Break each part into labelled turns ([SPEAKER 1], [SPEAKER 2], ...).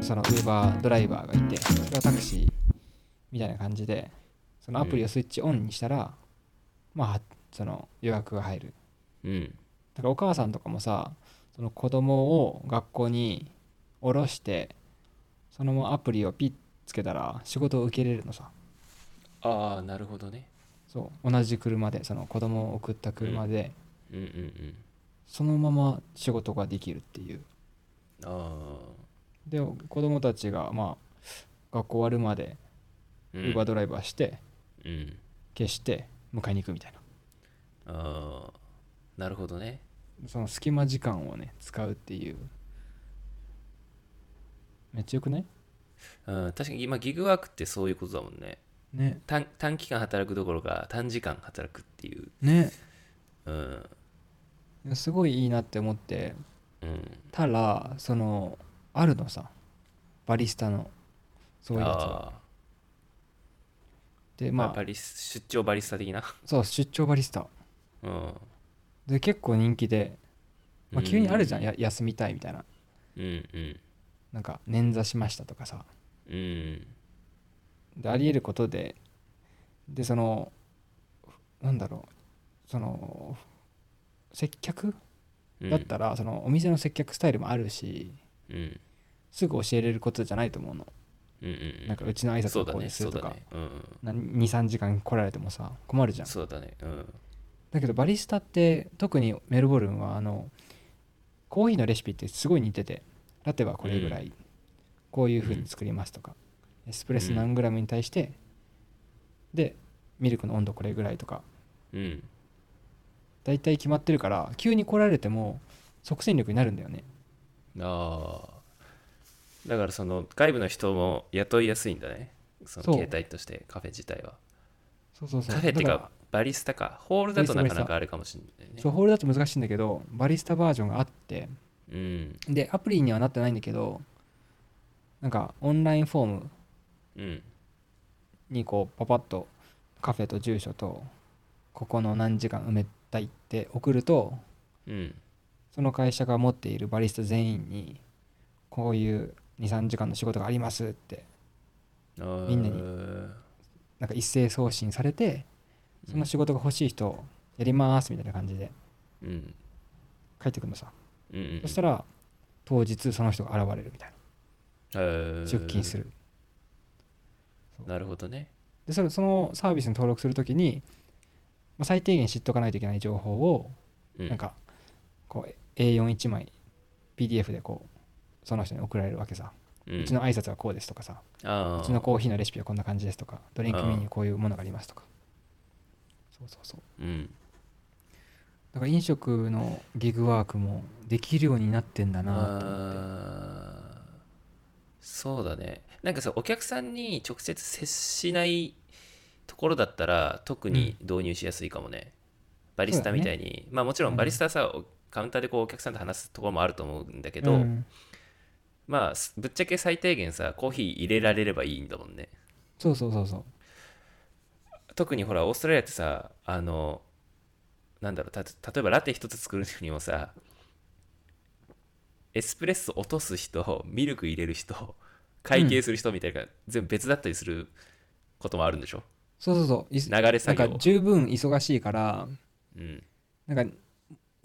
[SPEAKER 1] そのウーバードライバーがいてそれはタクシーみたいな感じでそのアプリをスイッチオンにしたら、まあその予約が入る
[SPEAKER 2] うん
[SPEAKER 1] だからお母さんとかもさその子供を学校に降ろしてそのままアプリをピッつけたら仕事を受けれるのさ
[SPEAKER 2] ああなるほどね
[SPEAKER 1] そう同じ車でその子供を送った車で、
[SPEAKER 2] うんうんうん
[SPEAKER 1] そのまま仕事ができるっていう
[SPEAKER 2] あ
[SPEAKER 1] で子供たちがまあ学校終わるまで
[SPEAKER 2] あ
[SPEAKER 1] ウーバードライバーして、
[SPEAKER 2] うん
[SPEAKER 1] 消して迎えに行くみたいな
[SPEAKER 2] ああなるほどね
[SPEAKER 1] その隙間時間をね使うっていうめっちゃよくない
[SPEAKER 2] うん確かに今ギグワークってそういうことだもんね
[SPEAKER 1] ね
[SPEAKER 2] 短短期間働くどころか短時間働くっていう
[SPEAKER 1] ね
[SPEAKER 2] うん
[SPEAKER 1] すごいいいなって思って
[SPEAKER 2] うん
[SPEAKER 1] たらそのあるのさバリスタのそういうやつが
[SPEAKER 2] あ
[SPEAKER 1] で
[SPEAKER 2] ーまあ
[SPEAKER 1] まあ
[SPEAKER 2] バリス出張バリスタ的な
[SPEAKER 1] そう出張バリスタ
[SPEAKER 2] うん
[SPEAKER 1] で結構人気で、まあ、急にあるじゃん、
[SPEAKER 2] うん
[SPEAKER 1] や休みたいみたいな
[SPEAKER 2] うんうん
[SPEAKER 1] なんか捻挫しましたとかさ
[SPEAKER 2] うん
[SPEAKER 1] でありえることででそのなんだろうその接客
[SPEAKER 2] うん
[SPEAKER 1] だったら、そのお店の接客スタイルもあるし
[SPEAKER 2] うん
[SPEAKER 1] すぐ教えれることじゃないと思うの、
[SPEAKER 2] うんうん
[SPEAKER 1] なんかうちの挨拶
[SPEAKER 2] そ
[SPEAKER 1] を
[SPEAKER 2] うだ
[SPEAKER 1] こう
[SPEAKER 2] ね
[SPEAKER 1] にする
[SPEAKER 2] そう
[SPEAKER 1] と
[SPEAKER 2] だ
[SPEAKER 1] か、
[SPEAKER 2] ねうん
[SPEAKER 1] な23時間来られてもさ困るじゃん
[SPEAKER 2] そうだねうん
[SPEAKER 1] だけどバリスタって特にメルボルンはあのコーヒーのレシピってすごい似ててラテはこれぐらい、こういう風に作りますとか、エスプレッソ何グラムに対して、でミルクの温度これぐらいとか
[SPEAKER 2] うん
[SPEAKER 1] 大体決まってるから急に来られても即戦力になるんだよね
[SPEAKER 2] ああだからその外部の人も雇いやすいんだねその
[SPEAKER 1] そう
[SPEAKER 2] 携帯としてカフェ自体は
[SPEAKER 1] そうそうそう
[SPEAKER 2] カフェっていう
[SPEAKER 1] だら
[SPEAKER 2] かバリスタかホールだと
[SPEAKER 1] バ
[SPEAKER 2] な
[SPEAKER 1] リス
[SPEAKER 2] か
[SPEAKER 1] タ
[SPEAKER 2] なかあれかもしれないね
[SPEAKER 1] そうホールだと難しいんだけどバリスタバージョンがあって
[SPEAKER 2] うん
[SPEAKER 1] でアプリにはなってないんだけどなんかオンラインフォーム
[SPEAKER 2] うん
[SPEAKER 1] にこうパパッとカフェと住所とここの何時間埋めたいって送ると
[SPEAKER 2] うん
[SPEAKER 1] その会社が持っているバリスタ全員にこういう23時間の仕事がありますって
[SPEAKER 2] あー
[SPEAKER 1] みんなになんか一斉送信されてその仕事が欲しい人やりますみたいな感じで
[SPEAKER 2] うん
[SPEAKER 1] 帰ってくるのさ
[SPEAKER 2] うんうん
[SPEAKER 1] そしたら当日その人が現れるみたい
[SPEAKER 2] 出
[SPEAKER 1] な出勤する
[SPEAKER 2] なるほどね
[SPEAKER 1] でそれそのサービスに登録するときに、まあ、最低限知っとかないといけない情報を
[SPEAKER 2] う
[SPEAKER 1] なんかこう A41 枚 PDF でこうその人に送られるわけさ、
[SPEAKER 2] う
[SPEAKER 1] うんちの挨拶はこうですとかさ
[SPEAKER 2] あ
[SPEAKER 1] う
[SPEAKER 2] ー
[SPEAKER 1] ちのコーヒーのレシピはこんな感じですとかドリンク
[SPEAKER 2] うん
[SPEAKER 1] メニューこういうものがありますとかそうそうそう
[SPEAKER 2] うん
[SPEAKER 1] だから飲食のギグワークもできるようになってんだなと思って
[SPEAKER 2] あーそうだねなんかさお客さんに直接接しないところだったら特に導入しやすいかもね、バリスタみたいに、まあもちろんバリスタはさ、カウンターでこうお客さんと話すところもあると思うんだけど、
[SPEAKER 1] うん
[SPEAKER 2] まあすぶっちゃけ最低限さコーヒー入れられればいいんだもんね
[SPEAKER 1] そうそうそうそう
[SPEAKER 2] 特にほらオーストラリアってさあのなんだろうた例えばラテ一つ作るのにもさエスプレッソ落とす人ミルク入れる人会計する人みたいなのが全部別だったりすることもあるんでしょ
[SPEAKER 1] そうそうそうい
[SPEAKER 2] 流れ
[SPEAKER 1] なん
[SPEAKER 2] 作
[SPEAKER 1] か
[SPEAKER 2] 業
[SPEAKER 1] 十分忙しいから
[SPEAKER 2] うん
[SPEAKER 1] なんか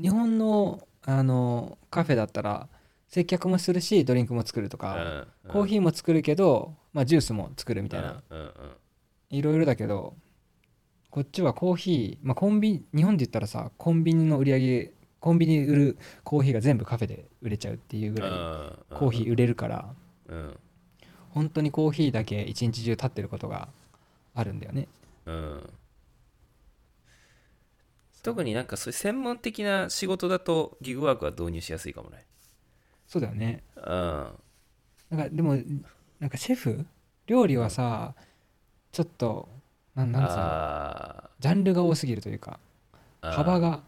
[SPEAKER 1] 日本のあのカフェだったら接客もするしドリンクも作るとか、コー
[SPEAKER 2] ー
[SPEAKER 1] ヒーも作るけど、まあ、ジュースも作るみ
[SPEAKER 2] み
[SPEAKER 1] たいな、
[SPEAKER 2] うんうんうん
[SPEAKER 1] いろいろだけどこっちはコーヒー、まあ、コンビニ日本で言ったらさコンビニの売り上げコンビニで売るコーヒーが全部カフェで売れちゃうっていうぐらいコーヒー売れるから
[SPEAKER 2] うん
[SPEAKER 1] 本当にコーヒーだけ一日中立ってることがあるんだよね
[SPEAKER 2] うん特になんかそういう専門的な仕事だとギグワークは導入しやすいかもね
[SPEAKER 1] そうだよね
[SPEAKER 2] うん
[SPEAKER 1] なんかでもなんかシェフ料理はさちょっとなんなんつうの
[SPEAKER 2] あ
[SPEAKER 1] ジャンルが多すぎるというか
[SPEAKER 2] ー
[SPEAKER 1] 幅が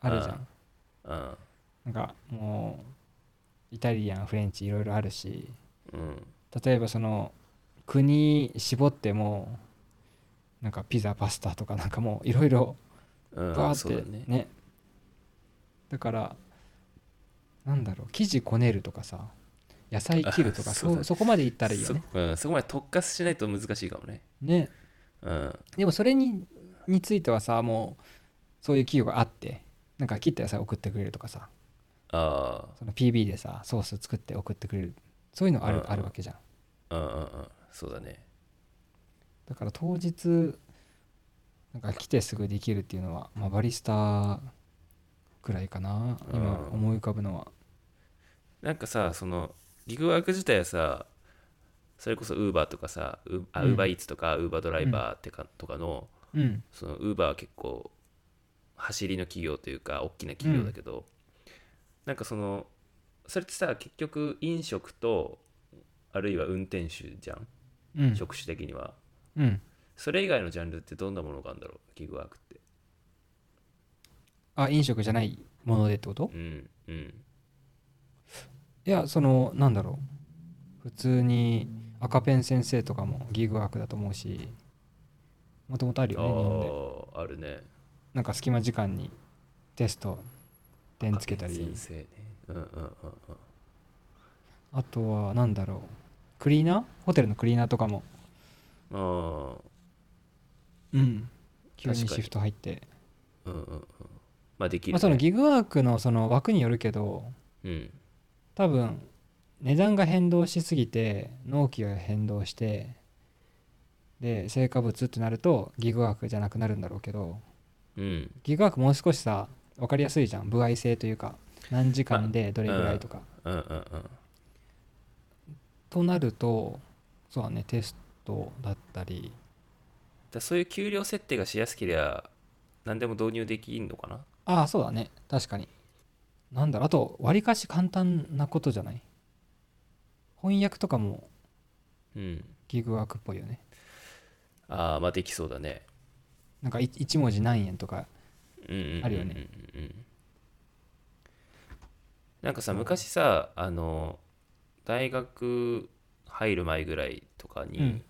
[SPEAKER 1] あるじゃん
[SPEAKER 2] うん
[SPEAKER 1] なんかもうイタリアンフレンチいろいろあるし
[SPEAKER 2] うん
[SPEAKER 1] 例えばその国絞ってもなんかピザパスタとかなんかもういろいろ
[SPEAKER 2] うん
[SPEAKER 1] バー
[SPEAKER 2] そ
[SPEAKER 1] っ
[SPEAKER 2] う
[SPEAKER 1] て
[SPEAKER 2] だ
[SPEAKER 1] ね,、
[SPEAKER 2] ね
[SPEAKER 1] だからなんだろう生地こねるとかさ野菜切るとか
[SPEAKER 2] あ
[SPEAKER 1] そ
[SPEAKER 2] そうう
[SPEAKER 1] そ
[SPEAKER 2] だ
[SPEAKER 1] こまでいったらいいよね
[SPEAKER 2] そ,、うん、そこまで特化しないと難しいかもね。
[SPEAKER 1] ね
[SPEAKER 2] うん。
[SPEAKER 1] でもそれにについてはさもうそういう企業があってなんか切った野菜送ってくれるとかさ
[SPEAKER 2] あ
[SPEAKER 1] その PB でさソース作って送ってくれるそういうのある,、
[SPEAKER 2] うんうん
[SPEAKER 1] あるわけじゃん
[SPEAKER 2] あ、うんうんうん。そうだね。
[SPEAKER 1] だから当日なんか来てすぐできるっていうのは、まあ、バリスタくらいかな今
[SPEAKER 2] うん
[SPEAKER 1] 思い浮かぶのは
[SPEAKER 2] なんかさ、その、ギグワーク自体はさ、それこそ Uber とかさ、ウーバ
[SPEAKER 1] うん
[SPEAKER 2] ーイーツとか Uber ドライバーってか、とかの、
[SPEAKER 1] うん
[SPEAKER 2] その Uber は結構、走りの企業というか、大きな企業だけど、なんかその、それってさ、結局飲食と、あるいは運転手じゃん、
[SPEAKER 1] うん
[SPEAKER 2] 職種的には。
[SPEAKER 1] うん
[SPEAKER 2] それ以外のジャンルってどんなものがあるんだろう、ギグワークって。
[SPEAKER 1] あ飲食じゃないものでってこと
[SPEAKER 2] うん、うん。
[SPEAKER 1] いやそのなんだろう普通に赤ペン先生とかもギグワークだと思うしもともとあるよね日本で
[SPEAKER 2] ああ、あるね。
[SPEAKER 1] なんか隙間時間にテスト点つけた
[SPEAKER 2] 先
[SPEAKER 1] り
[SPEAKER 2] 生ね。うんうんうんうん。
[SPEAKER 1] あとはなんだろうクリーナーホテルのクリーナーとかも
[SPEAKER 2] あ
[SPEAKER 1] うん急に
[SPEAKER 2] 確かに
[SPEAKER 1] シフト入って
[SPEAKER 2] あ、うんうんうん。まあできる、ね。
[SPEAKER 1] まあそのギグワークのその枠によるけど
[SPEAKER 2] うん。
[SPEAKER 1] 多分値段が変動しすぎて納期が変動してで成果物ってなるとギグワークじゃなくなるんだろうけど
[SPEAKER 2] うん。
[SPEAKER 1] ギグワークもう少しさ分かりやすいじゃん歩合制というか何時間でどれぐらいとか、
[SPEAKER 2] うんうんうん。
[SPEAKER 1] となるとそうだねテストだったり
[SPEAKER 2] だそういう給料設定がしやすけりゃ、何でも導入できんのかな。
[SPEAKER 1] ああそうだね確かになんだろうあと割かし簡単なことじゃない翻訳とかも
[SPEAKER 2] うん。
[SPEAKER 1] ギグワークっぽいよね
[SPEAKER 2] ああ、まあできそうだね。
[SPEAKER 1] なんか1文字何円とか
[SPEAKER 2] うんうんうんうんうん
[SPEAKER 1] あるよね。
[SPEAKER 2] うんなんかさ、昔さ、あの、大学入る前ぐらいとかに、
[SPEAKER 1] うん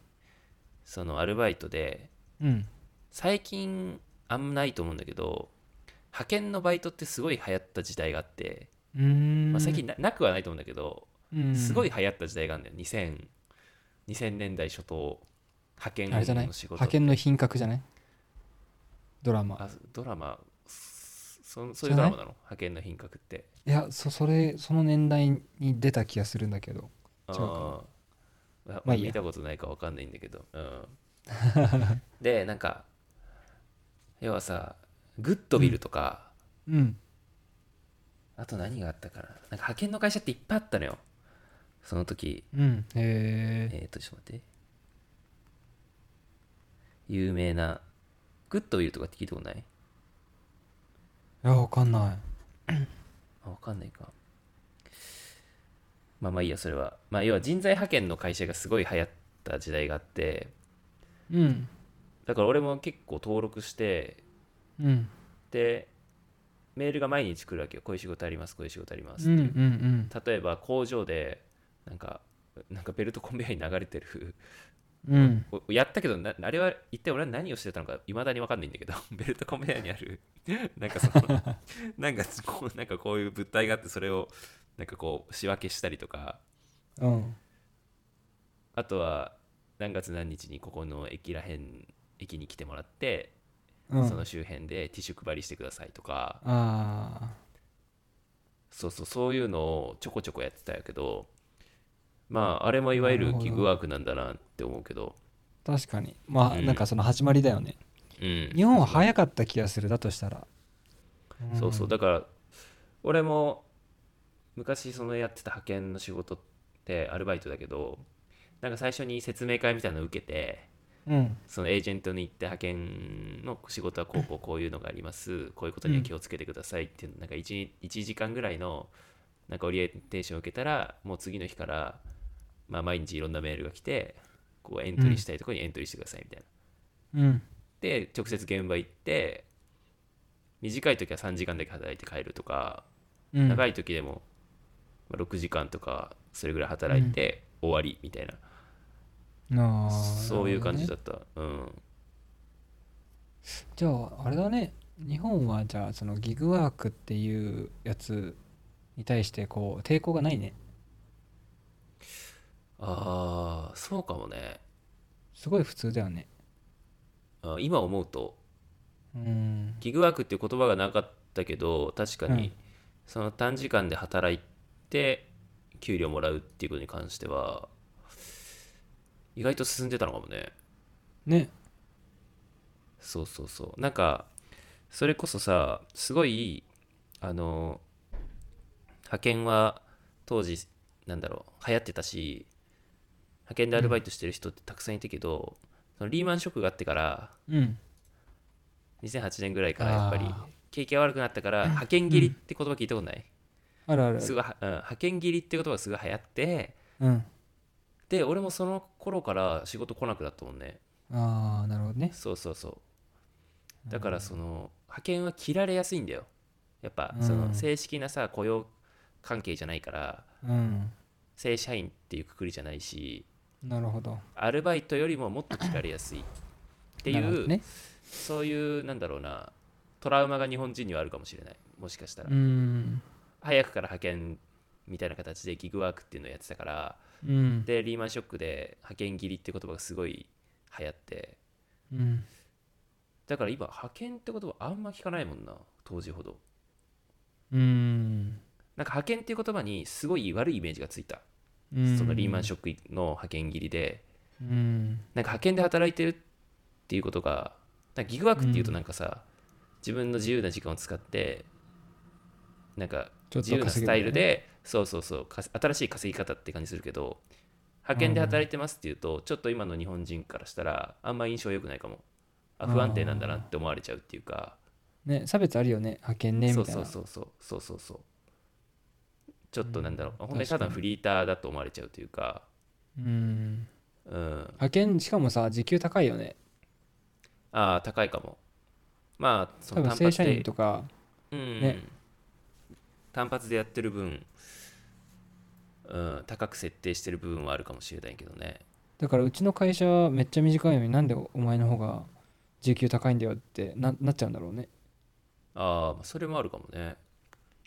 [SPEAKER 2] そのアルバイトで、
[SPEAKER 1] うん
[SPEAKER 2] 最近あんまないと思うんだけど派遣のバイトってすごい流行った時代があって、
[SPEAKER 1] うーん、
[SPEAKER 2] まあ、最近ななくはないと思うんだけど、
[SPEAKER 1] うん
[SPEAKER 2] すごい流行った時代があるんだよ2000 2000年代初頭派遣
[SPEAKER 1] あれじゃない
[SPEAKER 2] の仕事
[SPEAKER 1] 派遣の品格じゃないドラマ
[SPEAKER 2] あドラマそそういうドラマなの派遣の品格って
[SPEAKER 1] いやそそれその年代に出た気がするんだけど
[SPEAKER 2] あ
[SPEAKER 1] 違うかな
[SPEAKER 2] ーあ
[SPEAKER 1] まあいいや
[SPEAKER 2] 見たことないかわかんないんだけど、うん でなんか要はさグッドビルとか、
[SPEAKER 1] うん
[SPEAKER 2] あと何があったかななんか派遣の会社っていっぱいあったのよ。その時、
[SPEAKER 1] うんへえ
[SPEAKER 2] えっ、と、ちょっと待って。有名な、グッドウィルとかって聞いたことない
[SPEAKER 1] いやわかんない
[SPEAKER 2] あ、わかんないか。まあまあいいや、それは。まあ要は人材派遣の会社がすごい流行った時代があって、
[SPEAKER 1] うん
[SPEAKER 2] だから俺も結構登録して、
[SPEAKER 1] うん
[SPEAKER 2] で、メールが毎日来るわけよ。こういう仕事あります、こういう仕事あります
[SPEAKER 1] う。んうん
[SPEAKER 2] 例えば工場で、なんか、なんかベルトコンベヤーに流れてる
[SPEAKER 1] うんうん
[SPEAKER 2] おやったけどなあれは一体俺は何をしてたのかいまだに分かんないんだけど ベルトコンベヤーにある なんかそ のなんかこうなんかこういう物体があってそれをなんかこう仕分けしたりとか
[SPEAKER 1] うん
[SPEAKER 2] あとは何月何日にここの駅らへん駅に来てもらって、
[SPEAKER 1] うん
[SPEAKER 2] その周辺でティッシュ配りしてくださいとか
[SPEAKER 1] あ
[SPEAKER 2] そうそうそういうのをちょこちょこやってたんやけどまああれもいわゆ
[SPEAKER 1] なる
[SPEAKER 2] る
[SPEAKER 1] ほど
[SPEAKER 2] ギグワークなんだなって思うけど
[SPEAKER 1] ー確かにまあ、
[SPEAKER 2] うん
[SPEAKER 1] なんかその始まりだよね
[SPEAKER 2] うん
[SPEAKER 1] 日本は早かった気がするだとしたら、
[SPEAKER 2] そうそううだから俺も昔そのやってた派遣の仕事ってアルバイトだけどなんか最初に説明会みたいなの受けて
[SPEAKER 1] んうん
[SPEAKER 2] そのエージェントに行って派遣の仕事はこうこうこういうのがありますこういうことには気をつけてくださいっていうなんか 1, 1時間ぐらいのなんかオリエンテーションを受けたらもう次の日から、まあ、毎日いろんなメールが来てこうエントリーしたいところにエントリーしてくださいみたいな。
[SPEAKER 1] うん
[SPEAKER 2] で直接現場行って短い時は3時間だけ働いて帰るとか、
[SPEAKER 1] うん
[SPEAKER 2] 長い時でもまあ6時間とかそれぐらい働いて終わりみたいな、
[SPEAKER 1] あー
[SPEAKER 2] そういう感じ
[SPEAKER 1] な
[SPEAKER 2] だ
[SPEAKER 1] る
[SPEAKER 2] った、うん
[SPEAKER 1] ほどねじゃああれだね日本はじゃあそのギグワークっていうやつに対してこう抵抗がないね
[SPEAKER 2] ああそうかもね
[SPEAKER 1] すごい普通だよね
[SPEAKER 2] あ今思うと
[SPEAKER 1] うん
[SPEAKER 2] ギグワークっていう言葉がなかったけど確か
[SPEAKER 1] うん
[SPEAKER 2] にその短時間で働いて給料もらうっていうことに関しては意外と進んでたのかもね
[SPEAKER 1] ね
[SPEAKER 2] そうそうそうなんかそれこそさすごいあの派遣は当時なんだろう流行ってたし派遣でアルバイトしてる人ってたくさんいたけど、そのリーマンショックがあってから
[SPEAKER 1] うん
[SPEAKER 2] 2008年ぐらいからやっぱり
[SPEAKER 1] あー
[SPEAKER 2] 景気が悪くなったから派遣切りって言葉聞いたことない、
[SPEAKER 1] あるある
[SPEAKER 2] すごいは、うん、派遣切りって言葉がすごい流行って
[SPEAKER 1] うん
[SPEAKER 2] で俺もその頃から仕事来なくなったもんね
[SPEAKER 1] ああなるほどね
[SPEAKER 2] そうそうそうだからその派遣は切られやすいんだよやっぱそうの
[SPEAKER 1] ん
[SPEAKER 2] 正式なさ雇用関係じゃないから
[SPEAKER 1] うん
[SPEAKER 2] 正社員っていうくくりじゃないし
[SPEAKER 1] なるほどっ
[SPEAKER 2] アルバイトよりももっと切られやすいっていう、
[SPEAKER 1] ね
[SPEAKER 2] そういうなんだろうなトラウマが日本人にはあるかもしれないもしかしたら、
[SPEAKER 1] うん
[SPEAKER 2] 早くから派遣みたいな形でギグワークっていうのをやってたから
[SPEAKER 1] うん
[SPEAKER 2] でリーマンショックで派遣切りって言葉がすごい流行って
[SPEAKER 1] うん
[SPEAKER 2] だから今派遣って言葉あんま聞かないもんな当時ほど
[SPEAKER 1] うん
[SPEAKER 2] なんか派遣っていう言葉にすごい悪いイメージがついた、
[SPEAKER 1] うん
[SPEAKER 2] そのリーマンショックの派遣切りで
[SPEAKER 1] うん
[SPEAKER 2] なんか派遣で働いてるっていうことがなんかギグワークっていうとなんかさ、自分の自由な時間を使ってなんか
[SPEAKER 1] ちょっと
[SPEAKER 2] 自由なス
[SPEAKER 1] 稼げるよね
[SPEAKER 2] タイルで、そうそうそうか新しい稼ぎ方って感じするけど派遣で働いてますっていうと、ちょっと今の日本人からしたらあんま印象良くないかもあ不安定なんだなって思われちゃうっていうか
[SPEAKER 1] ね差別あるよね派遣ね
[SPEAKER 2] そ
[SPEAKER 1] み
[SPEAKER 2] う
[SPEAKER 1] たい
[SPEAKER 2] そ
[SPEAKER 1] な
[SPEAKER 2] うそうそうそうそうそうちょっとなんだろう、
[SPEAKER 1] うん
[SPEAKER 2] 本当に
[SPEAKER 1] 確
[SPEAKER 2] ただ
[SPEAKER 1] か
[SPEAKER 2] の
[SPEAKER 1] に
[SPEAKER 2] フリーターだと思われちゃうというか
[SPEAKER 1] うん
[SPEAKER 2] うん
[SPEAKER 1] 派遣しかもさ時給高いよね
[SPEAKER 2] ああ高いかもまあそ
[SPEAKER 1] 多
[SPEAKER 2] の
[SPEAKER 1] 分
[SPEAKER 2] 単
[SPEAKER 1] 正
[SPEAKER 2] 発
[SPEAKER 1] 社員
[SPEAKER 2] で
[SPEAKER 1] とか
[SPEAKER 2] うん、
[SPEAKER 1] ね
[SPEAKER 2] 単発でやってる分、うん、高く設定してる部分はあるかもしれないけどね
[SPEAKER 1] だからうちの会社はめっちゃ短いのになんでお前の方が時給高いんだよってななっちゃうんだろうね
[SPEAKER 2] ああまあそれもあるかもね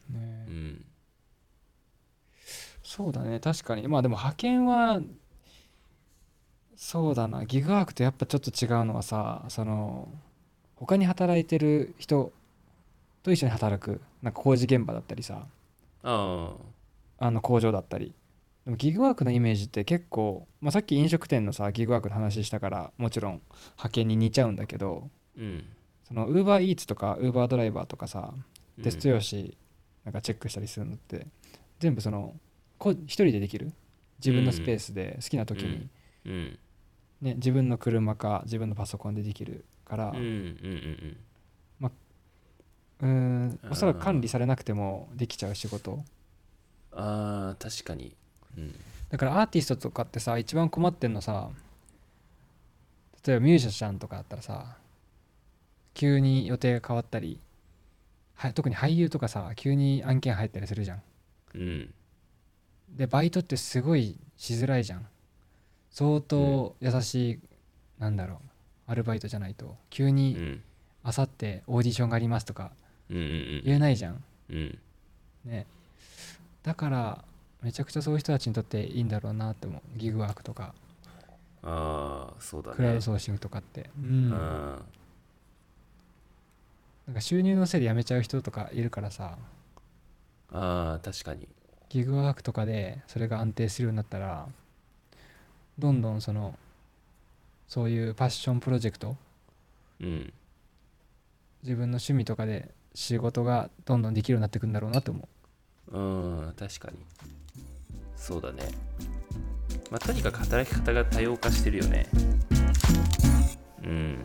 [SPEAKER 1] ね
[SPEAKER 2] うん
[SPEAKER 1] そうだね確かにまあでも派遣はそうだなギグワークとやっぱちょっと違うのはさその他に働いてる人と一緒に働くなんか工事現場だったりさ
[SPEAKER 2] あ
[SPEAKER 1] あの工場だったりでもギグワークのイメージって結構、まあ、さっき飲食店のさギグワークの話したからもちろん派遣に似ちゃうんだけど
[SPEAKER 2] あうん
[SPEAKER 1] そのウーバーイーツとかウーバードライバーとかさ
[SPEAKER 2] うん
[SPEAKER 1] テスト用紙なんかチェックしたりするのって全部そのこ一人でできる自分のスペースで好きな時
[SPEAKER 2] う
[SPEAKER 1] に
[SPEAKER 2] ん、うん
[SPEAKER 1] ね、自分の車か自分のパソコンでできるから、
[SPEAKER 2] うんうんうん
[SPEAKER 1] うーん
[SPEAKER 2] あー
[SPEAKER 1] おそらく管理されなくてもできちゃう仕事
[SPEAKER 2] うんああ確かにうん
[SPEAKER 1] だからアーティストとかってさ一番困ってんのさ例えばミュージシャンとかだったらさ急に予定が変わったりは特に俳優とかさ急に案件入ったりするじゃん
[SPEAKER 2] うん
[SPEAKER 1] でバイトってすごいしづらいじゃん相当優しい、なんだろうアルバイトじゃないと急
[SPEAKER 2] う
[SPEAKER 1] に
[SPEAKER 2] ん
[SPEAKER 1] あさってオーディションがありますとか
[SPEAKER 2] うんうん
[SPEAKER 1] 言えないじゃん
[SPEAKER 2] うん
[SPEAKER 1] ねだからめちゃくちゃそういう人たちにとっていいんだろうなって思うギグワークとか
[SPEAKER 2] ああそうだね
[SPEAKER 1] クラウドソーシングとかって、うん
[SPEAKER 2] う
[SPEAKER 1] なんか収入のせいで辞めちゃう人とかいるからさ
[SPEAKER 2] ああ確かに
[SPEAKER 1] ギグワークとかでそれが安定するようになったらどんどんそのそういうパッションプロジェクト
[SPEAKER 2] うん
[SPEAKER 1] 自分の趣味とかで仕事がどんどんできるようになってくんだろうなと思
[SPEAKER 2] うん確かにそうだねまあとにかく働き方が多様化してるよねうん